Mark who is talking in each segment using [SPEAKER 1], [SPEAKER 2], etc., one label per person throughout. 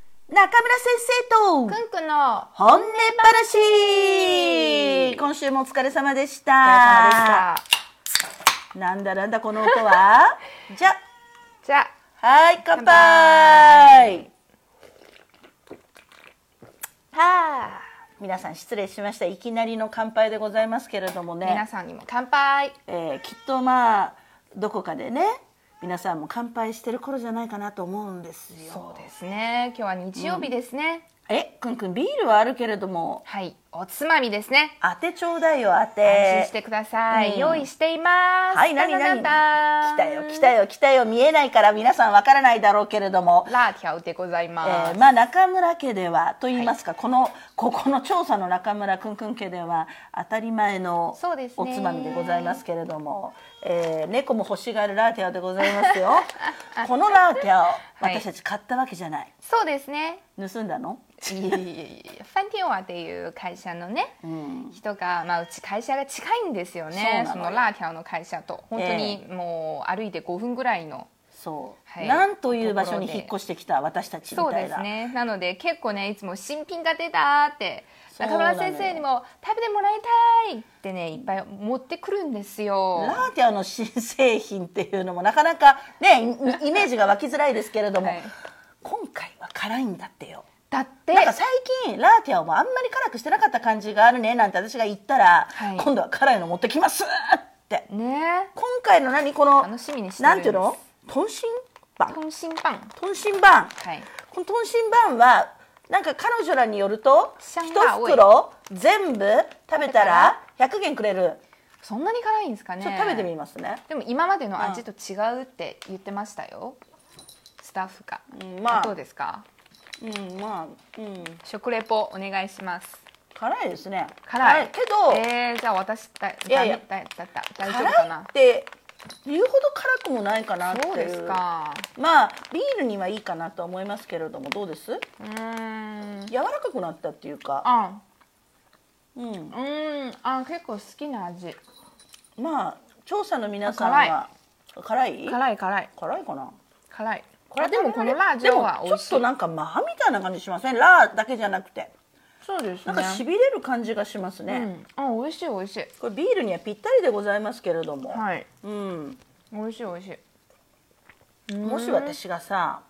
[SPEAKER 1] 村先生と
[SPEAKER 2] くんくんの
[SPEAKER 1] 本音話今週もお疲れ様でした
[SPEAKER 2] お疲れ様でした
[SPEAKER 1] なんだなんだこの音 はじゃ
[SPEAKER 2] じゃあ
[SPEAKER 1] はい乾杯
[SPEAKER 2] はあ
[SPEAKER 1] 皆さん失礼しましたいきなりの乾杯でございますけれども
[SPEAKER 2] 皆
[SPEAKER 1] ね、
[SPEAKER 2] さんにも乾杯
[SPEAKER 1] えーきっとまあどこかでね皆さんも乾杯してる頃じゃないかなと思うんですよ
[SPEAKER 2] そうですね今日は日曜日ですね、
[SPEAKER 1] えくんくんビールはあるけれども
[SPEAKER 2] はいおつまみですね
[SPEAKER 1] 当てちょうだいよ当
[SPEAKER 2] 安心
[SPEAKER 1] て
[SPEAKER 2] してください、
[SPEAKER 1] うん
[SPEAKER 2] 用意しています
[SPEAKER 1] はい、何
[SPEAKER 2] ダ
[SPEAKER 1] 何
[SPEAKER 2] ダダ
[SPEAKER 1] 来たよ来たよ来たよ見えないから皆さんわからないだろうけれども、
[SPEAKER 2] ラーティアウでござい
[SPEAKER 1] え
[SPEAKER 2] ます、
[SPEAKER 1] ーまあ中村家ではと言いますか、このここの調査の中村くんくん家では当たり前の
[SPEAKER 2] そうです
[SPEAKER 1] お
[SPEAKER 2] ね
[SPEAKER 1] つまみでございますけれども、えー猫も欲しがるラーティアでございます よこのラーティアを
[SPEAKER 2] い
[SPEAKER 1] 私たち買ったわけじゃない、
[SPEAKER 2] そうですね
[SPEAKER 1] 盗んだの
[SPEAKER 2] いえいえいえファンティオワっていう会社のね、人が、まあ、うち会社が近いんですよね
[SPEAKER 1] そうな
[SPEAKER 2] そ
[SPEAKER 1] のよ
[SPEAKER 2] のラーティアの会社と本当にもう歩いて5分ぐらいの、
[SPEAKER 1] そう、
[SPEAKER 2] はい
[SPEAKER 1] なんという場所に引っ越してきた私たちみ
[SPEAKER 2] そう
[SPEAKER 1] たい
[SPEAKER 2] で
[SPEAKER 1] な
[SPEAKER 2] すねなので結構ねいつも新品が出たって
[SPEAKER 1] そうな
[SPEAKER 2] 中
[SPEAKER 1] のよ
[SPEAKER 2] 村先生にも食べてもらいたいってねいっぱい持ってくるんですよ
[SPEAKER 1] ラーティアの新製品っていうのもなかなかねイイメージが湧きづらいですけれども、
[SPEAKER 2] はい
[SPEAKER 1] 今回は辛いんだってよ
[SPEAKER 2] だって
[SPEAKER 1] なんか最近ラーティアもあんまり辛くしてなかった感じがあるねなんて私が言ったら、
[SPEAKER 2] はい
[SPEAKER 1] 今度は辛いの持ってきますって
[SPEAKER 2] ね
[SPEAKER 1] 今回の何この
[SPEAKER 2] 楽しみにしてる
[SPEAKER 1] なん
[SPEAKER 2] ん
[SPEAKER 1] てい
[SPEAKER 2] です
[SPEAKER 1] うのトンシンバン
[SPEAKER 2] トンシンパン
[SPEAKER 1] トンシンバン
[SPEAKER 2] はい
[SPEAKER 1] このトンシンバンはなんか彼女らによると
[SPEAKER 2] シャ
[SPEAKER 1] 一
[SPEAKER 2] ンが多い
[SPEAKER 1] 袋全部食べたら100元くれる
[SPEAKER 2] そんなに辛いんですかね
[SPEAKER 1] ちょっと食べてみますね
[SPEAKER 2] でも今までの味と違うって言ってましたよ、スタッフが、
[SPEAKER 1] うんまあ
[SPEAKER 2] どうですか
[SPEAKER 1] うんまあうん
[SPEAKER 2] 食レポお願いします
[SPEAKER 1] 辛いですね
[SPEAKER 2] 辛い
[SPEAKER 1] けど、
[SPEAKER 2] えー、じゃあ私だだ
[SPEAKER 1] いやいや
[SPEAKER 2] だだだ大丈夫か
[SPEAKER 1] 辛い
[SPEAKER 2] な
[SPEAKER 1] って言うほど辛くもないかなっていう
[SPEAKER 2] そうですか
[SPEAKER 1] まあビールにはいいかなとは思いますけれどもどうです
[SPEAKER 2] うーん
[SPEAKER 1] 柔らかくなったっていうか、
[SPEAKER 2] あ
[SPEAKER 1] うん、
[SPEAKER 2] うーんあ結構好きな味
[SPEAKER 1] まあ調査の皆さんは辛い辛い
[SPEAKER 2] 辛い辛い
[SPEAKER 1] かな
[SPEAKER 2] 辛い
[SPEAKER 1] これ
[SPEAKER 2] あでもこのラージ
[SPEAKER 1] で
[SPEAKER 2] ョ
[SPEAKER 1] も
[SPEAKER 2] は
[SPEAKER 1] ち
[SPEAKER 2] 美
[SPEAKER 1] ょ
[SPEAKER 2] 味
[SPEAKER 1] っ
[SPEAKER 2] しい
[SPEAKER 1] となんかマハみたいな感じしませんラーだけじゃなくて
[SPEAKER 2] そうです
[SPEAKER 1] な
[SPEAKER 2] ね
[SPEAKER 1] んかしびれる感じがしますね、
[SPEAKER 2] うん、あ美味しい美味しい
[SPEAKER 1] これビールにはぴったりでございますけれども、
[SPEAKER 2] はい
[SPEAKER 1] うん、
[SPEAKER 2] 美味しい美味しい
[SPEAKER 1] もし私がさ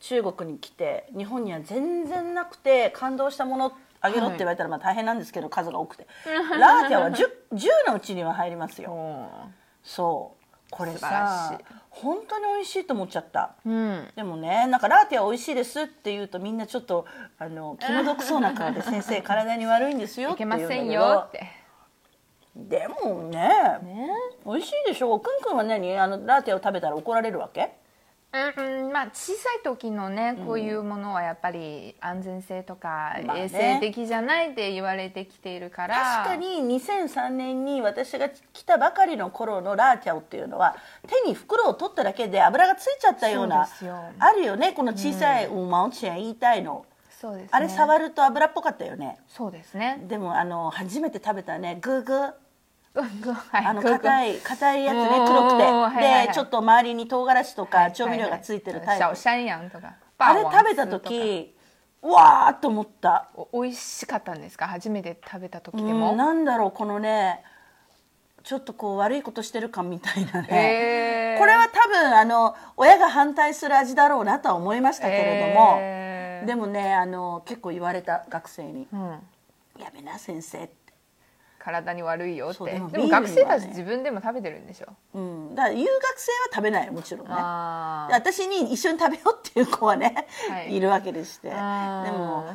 [SPEAKER 1] 中国に来て日本には全然なくて感動したものあげろって言われたらまあ大変なんですけど数が多く てラーティアは 10, 10のうちには入りますよそうこれ
[SPEAKER 2] 素晴ら
[SPEAKER 1] さ
[SPEAKER 2] しい
[SPEAKER 1] 本当に美味しいと思っちゃった
[SPEAKER 2] うん
[SPEAKER 1] でもねなんかラーティア美味しいですって言うとみんなちょっとあの気の毒そうな顔で先 生体に悪いんですよっ
[SPEAKER 2] い
[SPEAKER 1] て
[SPEAKER 2] け
[SPEAKER 1] 言うんだ
[SPEAKER 2] ま
[SPEAKER 1] けど
[SPEAKER 2] せんよって
[SPEAKER 1] でもね
[SPEAKER 2] ね
[SPEAKER 1] 美味しいでしょくんくんは何あのラーティアを食べたら怒られるわけ
[SPEAKER 2] うんまあ、小さい時のねこういうものはやっぱり安全性とか
[SPEAKER 1] まあね
[SPEAKER 2] 衛生的じゃないって言われてきているから、
[SPEAKER 1] 確かに2003年に私が来たばかりの頃のラーチャオっていうのは手に袋を取っただけで油がついちゃったような
[SPEAKER 2] そうですよ
[SPEAKER 1] あるよねこの小さいウーマンチェン言いたいの、
[SPEAKER 2] そうですね
[SPEAKER 1] あれ触ると油っぽかったよね
[SPEAKER 2] そうですね
[SPEAKER 1] でもあの初めて食べたねグーグーあ
[SPEAKER 2] あ
[SPEAKER 1] の硬い硬いやつね
[SPEAKER 2] おー
[SPEAKER 1] 黒くて、
[SPEAKER 2] はいはいはい
[SPEAKER 1] でちょっと周りに唐辛子とか調味料がついてるタイプ、
[SPEAKER 2] シャンヤンとか
[SPEAKER 1] あれ食べた時うわーっと思った
[SPEAKER 2] お美味しかったんですか初めて食べた時で
[SPEAKER 1] うん、
[SPEAKER 2] も、
[SPEAKER 1] なんだろうこのねちょっとこう悪いことしてる感みたいなね
[SPEAKER 2] へー
[SPEAKER 1] これは多分あの親が反対する味だろうなとは思いましたけれども、
[SPEAKER 2] へー
[SPEAKER 1] でもねあの結構言われた学生に
[SPEAKER 2] うん、
[SPEAKER 1] 「やめな先生」って、
[SPEAKER 2] 体に悪いよって
[SPEAKER 1] そう
[SPEAKER 2] で
[SPEAKER 1] でも
[SPEAKER 2] も
[SPEAKER 1] ビールはね
[SPEAKER 2] 学生たち自分でも食べてるんでしょ、
[SPEAKER 1] うん、だから言う学生は食べないよもちろんね
[SPEAKER 2] あー
[SPEAKER 1] 私に一緒に食べようっていう子はね、、
[SPEAKER 2] はいい
[SPEAKER 1] るわけでしてで
[SPEAKER 2] あー
[SPEAKER 1] も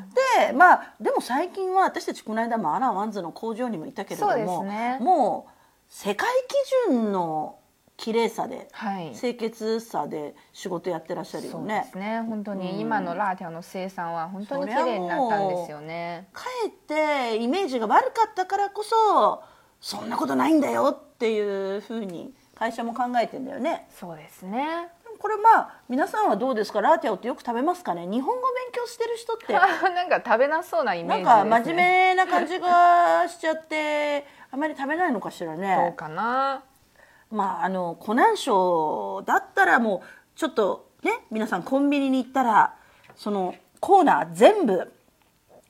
[SPEAKER 1] でまあでも最近は私たちこの間もアラン・ワンズの工場にもいたけれど
[SPEAKER 2] そうです
[SPEAKER 1] も、
[SPEAKER 2] ね
[SPEAKER 1] もう世界基準の綺麗さで、
[SPEAKER 2] はい
[SPEAKER 1] 清潔さで仕事やってらっしゃるよ
[SPEAKER 2] そう
[SPEAKER 1] ね
[SPEAKER 2] ですね本当に今のラーティアの生産は本当に
[SPEAKER 1] そ
[SPEAKER 2] 綺
[SPEAKER 1] りゃもう
[SPEAKER 2] 麗になったんですよね
[SPEAKER 1] かえってイメージが悪かったからこそそんなことないんだよっていうふうに会社も考えてんだよね
[SPEAKER 2] そうですね
[SPEAKER 1] でもこれまあ皆さんはどうですかラーティオってよく食べますかね日本語勉強してる人って
[SPEAKER 2] あなんか食べなそうなイメー
[SPEAKER 1] な
[SPEAKER 2] ジ
[SPEAKER 1] んか、真面
[SPEAKER 2] です、ね
[SPEAKER 1] 目な感じがしちゃってあまり食べないのかしら
[SPEAKER 2] どう
[SPEAKER 1] ね。
[SPEAKER 2] かな
[SPEAKER 1] まああの湖南省だったらもうちょっとね皆さんコンビニに行ったらそのコーナー全部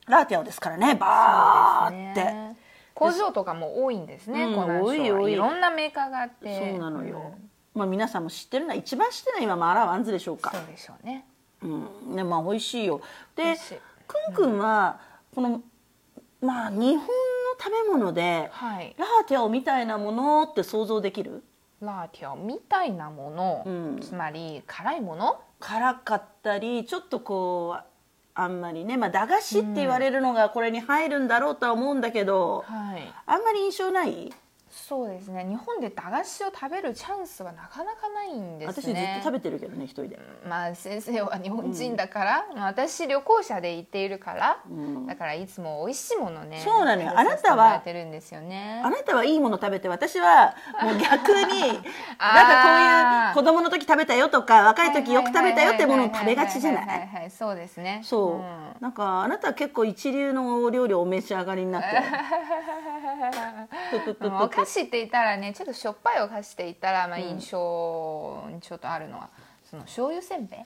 [SPEAKER 1] ラーティアオですからねバーって。
[SPEAKER 2] 工場とかも多いんですね、
[SPEAKER 1] うん
[SPEAKER 2] 湖南省は
[SPEAKER 1] 多い多い
[SPEAKER 2] いろんなメーカーがあって
[SPEAKER 1] そうなのよ
[SPEAKER 2] ん、
[SPEAKER 1] まあ、皆さんも知ってるのは一番知ってるのは今マーラーワンズでしょうか
[SPEAKER 2] そうでしょうね
[SPEAKER 1] うんねまあ美味しいよ
[SPEAKER 2] 美
[SPEAKER 1] で
[SPEAKER 2] 味しい
[SPEAKER 1] くんくんはこのまあ日本の食べ物で
[SPEAKER 2] はい
[SPEAKER 1] ラーテオみたいなものって想像できる
[SPEAKER 2] ラーティオみたいなもの、
[SPEAKER 1] うん
[SPEAKER 2] つまり辛いもの
[SPEAKER 1] 辛かったりちょっとこうあんまりね、まあ、駄菓子って言われるのがこれに入るんだろうとは思うんだけど、
[SPEAKER 2] はい
[SPEAKER 1] あんまり印象ない
[SPEAKER 2] そうですね日本で駄菓子を食べるチャンスはなかなかないんですね
[SPEAKER 1] 私ずっと食べてるけどね一人で、
[SPEAKER 2] まあ先生は日本人だから、まあ私旅行者で行っているから、
[SPEAKER 1] うん
[SPEAKER 2] だからいつも美味しいものね
[SPEAKER 1] そうなのよ
[SPEAKER 2] 食べさせてもらえてるんですよね
[SPEAKER 1] あなたはいいもの食べて私は もう逆になんかこうい
[SPEAKER 2] あー
[SPEAKER 1] う子供の時食べたよとか若い時よく食べたよってものを食べがちじゃ
[SPEAKER 2] はは
[SPEAKER 1] ない
[SPEAKER 2] はいははいはいそうですね
[SPEAKER 1] そう、
[SPEAKER 2] ん
[SPEAKER 1] なんかあなたは結構一流のお料理をお召し上がりにな ってるプププププ
[SPEAKER 2] まあお菓子って言ったらねちょっとしょっぱいお菓子って言ったら、まあ、印象にちょっとあるのは、その醤油せんべい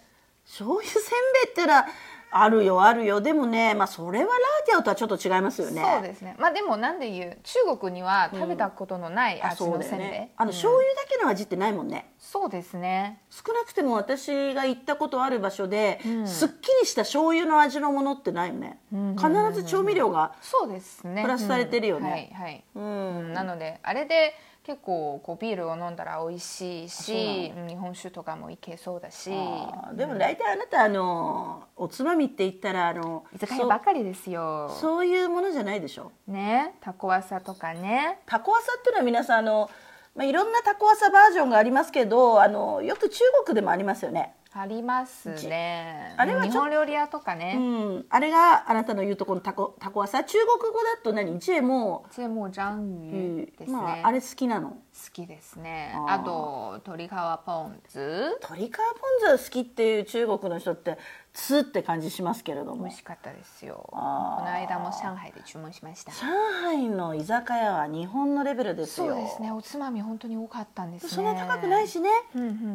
[SPEAKER 1] 醤油せんべいってのはあるよあるよでもね、まあ、それはラーティアとはちょっと違いますよね
[SPEAKER 2] そうですねまあでもなんで言う中国には食べたことのない
[SPEAKER 1] あ
[SPEAKER 2] 味
[SPEAKER 1] そう
[SPEAKER 2] の
[SPEAKER 1] だ
[SPEAKER 2] せ
[SPEAKER 1] よ
[SPEAKER 2] んべい、
[SPEAKER 1] ねあの
[SPEAKER 2] うん
[SPEAKER 1] 醤油だけの味ってないもんね、
[SPEAKER 2] そうですね
[SPEAKER 1] 少なくても私が行ったことある場所で、
[SPEAKER 2] ん
[SPEAKER 1] すっきりした醤油の味のものってないよね、
[SPEAKER 2] ん
[SPEAKER 1] 必ず調味料が
[SPEAKER 2] そうですね
[SPEAKER 1] プラスされてるよね
[SPEAKER 2] うんはいはい、
[SPEAKER 1] うん
[SPEAKER 2] なのであれで結構こうビールを飲んだら美味しいしうん日本酒とかもいけそうだし
[SPEAKER 1] あーでも大体あなたあのおつまみって言ったらあの
[SPEAKER 2] 居酒屋ばかりですよ
[SPEAKER 1] そうそういうものじゃないでしょ
[SPEAKER 2] ねタコワサとかね
[SPEAKER 1] タコワサっていうのは皆さんあの、まあ、いろんなタコワサバージョンがありますけどあのよく中国でもありますよね、
[SPEAKER 2] ありますね
[SPEAKER 1] あれはちょ
[SPEAKER 2] 日本料理屋とか
[SPEAKER 1] う
[SPEAKER 2] ね
[SPEAKER 1] ん、あれがあなたの言うとこのタコタコワサ中国語だと何一円も
[SPEAKER 2] チェモジャン
[SPEAKER 1] う
[SPEAKER 2] ユ
[SPEAKER 1] ん
[SPEAKER 2] ですね、
[SPEAKER 1] まあ、あれ好きなの
[SPEAKER 2] 好きですね
[SPEAKER 1] あー
[SPEAKER 2] あと鶏皮ポン酢
[SPEAKER 1] 鶏皮ポン酢が好きっていう中国の人ってツーって感じしますけれど
[SPEAKER 2] 美
[SPEAKER 1] も
[SPEAKER 2] 味しかったですよこ
[SPEAKER 1] あー
[SPEAKER 2] の間も上海で注文しました
[SPEAKER 1] 上海の居酒屋は日本のレベルです
[SPEAKER 2] そ
[SPEAKER 1] よ
[SPEAKER 2] うですねおつまみ本当に多かったんですね
[SPEAKER 1] そんな高くないしね
[SPEAKER 2] うんうんうんうんう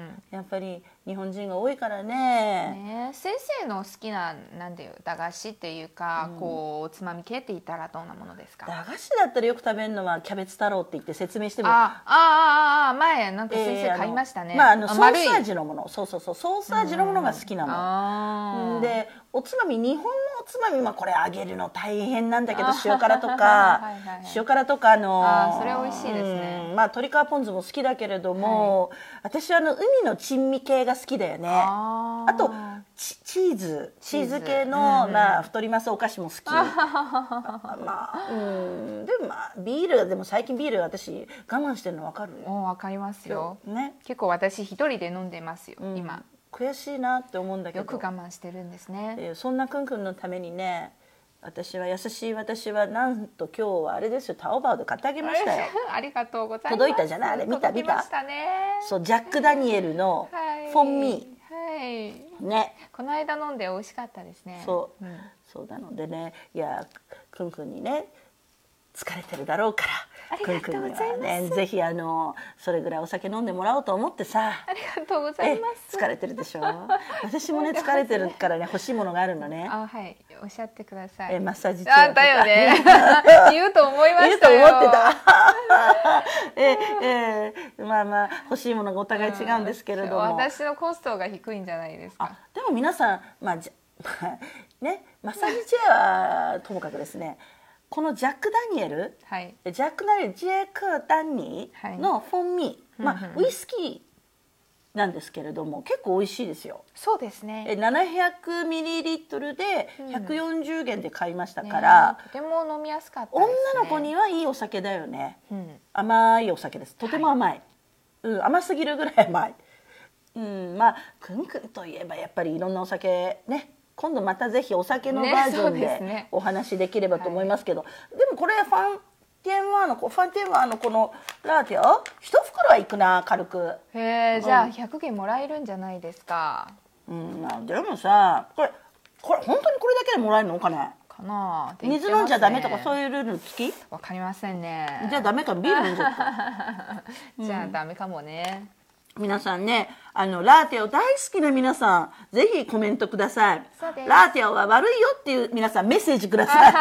[SPEAKER 2] ん
[SPEAKER 1] やっぱり日本人が多いからね
[SPEAKER 2] ね、先生の好きななんていう駄菓子っていうか、こうおつまみ系って言ったらどんなものですか
[SPEAKER 1] 駄菓子だったらよく食べるのはキャベツ太郎って言って説明して
[SPEAKER 2] あ
[SPEAKER 1] も
[SPEAKER 2] ああああ前なんか
[SPEAKER 1] えー
[SPEAKER 2] 先生
[SPEAKER 1] あの
[SPEAKER 2] 買いましたね、
[SPEAKER 1] まあ、あのソー
[SPEAKER 2] 丸い
[SPEAKER 1] ス味のものそうそうそうソース味のものが好きな
[SPEAKER 2] あ
[SPEAKER 1] の
[SPEAKER 2] ー
[SPEAKER 1] でおつまみ日本のおつまみ、まあ、これ揚げるの大変なんだけど塩辛とか
[SPEAKER 2] はいはいはい
[SPEAKER 1] 塩辛とかあの
[SPEAKER 2] あーそれ美味しいですね
[SPEAKER 1] うんまあ、鶏皮ポン酢も好きだけれども、私はあの海の珍味系が好きだよねあ
[SPEAKER 2] あー
[SPEAKER 1] とチチーズチーズ系
[SPEAKER 2] チーズ
[SPEAKER 1] の、
[SPEAKER 2] うんうん
[SPEAKER 1] まあ、太りますお菓子も好きま あうんでもまあビールでも最近ビール私我慢してるの分かる
[SPEAKER 2] もうわかりますよ
[SPEAKER 1] ね
[SPEAKER 2] 結構私一人で飲んでますよ、
[SPEAKER 1] うん
[SPEAKER 2] 今
[SPEAKER 1] 悔しいなって思うんだけど
[SPEAKER 2] よく我慢してるんですね
[SPEAKER 1] えーそんなくんくんのためにね私は優しい私はなんと今日はあれですよタオバオで買ってあげましたよ
[SPEAKER 2] ありがとうございます
[SPEAKER 1] 届いたじゃないあれ見た
[SPEAKER 2] 届きましたね
[SPEAKER 1] そうジャック・ダニエルの
[SPEAKER 2] はい
[SPEAKER 1] 「フォン・ミ
[SPEAKER 2] はい
[SPEAKER 1] ー」ね
[SPEAKER 2] この間飲んで美味しかったですね
[SPEAKER 1] そう、
[SPEAKER 2] ん
[SPEAKER 1] そうなのでねいやくんくんにね疲れてるだろうか
[SPEAKER 2] あ
[SPEAKER 1] ら
[SPEAKER 2] り
[SPEAKER 1] くんく
[SPEAKER 2] がとうんござ
[SPEAKER 1] に
[SPEAKER 2] います
[SPEAKER 1] はねぜひあのそれぐらいお酒飲んでもらおうと思ってさ
[SPEAKER 2] ありがとうございます。
[SPEAKER 1] 疲れてるでしょ私もね疲れてるからね欲しいものがあるのね
[SPEAKER 2] あ、はい、おっしゃってくださ
[SPEAKER 1] え
[SPEAKER 2] い。
[SPEAKER 1] マッサージチェア
[SPEAKER 2] あ、
[SPEAKER 1] とか
[SPEAKER 2] だよね。 言うと思いま
[SPEAKER 1] いる
[SPEAKER 2] し
[SPEAKER 1] と
[SPEAKER 2] た
[SPEAKER 1] 思
[SPEAKER 2] よ。
[SPEAKER 1] ってた。えええまあまあ欲しいものがお互い違うんですけれども、あ
[SPEAKER 2] 私のコストが低いんじゃないですか。
[SPEAKER 1] でも皆さんまあじゃ ねマッサージチェアはともかくですねこのジャック・ダニエル
[SPEAKER 2] はい。
[SPEAKER 1] ジャック・ダニエルジェク・ダニーのフォン・ミー、
[SPEAKER 2] はい
[SPEAKER 1] まあ
[SPEAKER 2] うんうん
[SPEAKER 1] ウイスキーなんですけれども結構美味しいですよ
[SPEAKER 2] そうです
[SPEAKER 1] え
[SPEAKER 2] ね。
[SPEAKER 1] 700ミリリットルで140元で買いました
[SPEAKER 2] ね
[SPEAKER 1] から、
[SPEAKER 2] とても飲みやすかったです、
[SPEAKER 1] 女
[SPEAKER 2] ね。
[SPEAKER 1] の子にはいいお酒だよね
[SPEAKER 2] うん。
[SPEAKER 1] 甘いお酒ですとても甘い、うん、甘すぎるぐらい甘い、うん、まあくんくんといえばやっぱりいろんなお酒ね今度またぜひお酒の
[SPEAKER 2] ね
[SPEAKER 1] バージョン
[SPEAKER 2] そうです
[SPEAKER 1] で
[SPEAKER 2] ね
[SPEAKER 1] お話できればと思いますけど、でもこれファンテンワーのこうファンテンワーのこのラーティオ一袋はいくな軽く、
[SPEAKER 2] へえ、じゃあ100元もらえるんじゃないですか。
[SPEAKER 1] うん、まあでもさこれこれ本当にこれだけでもらえるのお金
[SPEAKER 2] かな、って言って
[SPEAKER 1] 水
[SPEAKER 2] ますね
[SPEAKER 1] 飲んじゃダメとかそういうルール付き
[SPEAKER 2] わかりませんね。
[SPEAKER 1] じゃあダメかビール飲んじゃった
[SPEAKER 2] じゃあダメかもね。
[SPEAKER 1] 皆さんねあのラーテオ大好きな皆さんぜひコメントください
[SPEAKER 2] そうです
[SPEAKER 1] ラーテオは悪いよっていう皆さんメッセージくだ さい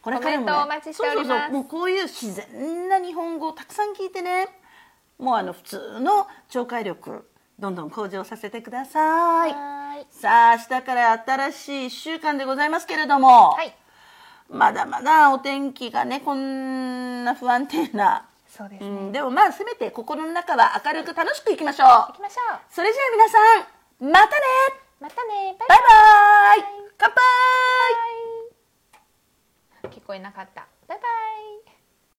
[SPEAKER 1] これからも、ね、
[SPEAKER 2] コメントお待ちしております
[SPEAKER 1] そうそうそうもうこういう自然な日本語をたくさん聞いてねもうあの普通の聴解力どんどん向上させてください
[SPEAKER 2] はーい
[SPEAKER 1] さあ明日から新しい1週間でございますけれども、
[SPEAKER 2] はい
[SPEAKER 1] まだまだお天気がねこんな不安定な
[SPEAKER 2] そうです
[SPEAKER 1] う
[SPEAKER 2] ね、
[SPEAKER 1] ん、でもまあせめて心の中は明るく楽しくいきましょう
[SPEAKER 2] 行きましょ
[SPEAKER 1] それじゃあ皆さんまたね
[SPEAKER 2] うまたねバ
[SPEAKER 1] バ
[SPEAKER 2] イバ
[SPEAKER 1] イ
[SPEAKER 2] イ
[SPEAKER 1] バイ乾杯
[SPEAKER 2] 聞こえなかったバイバイ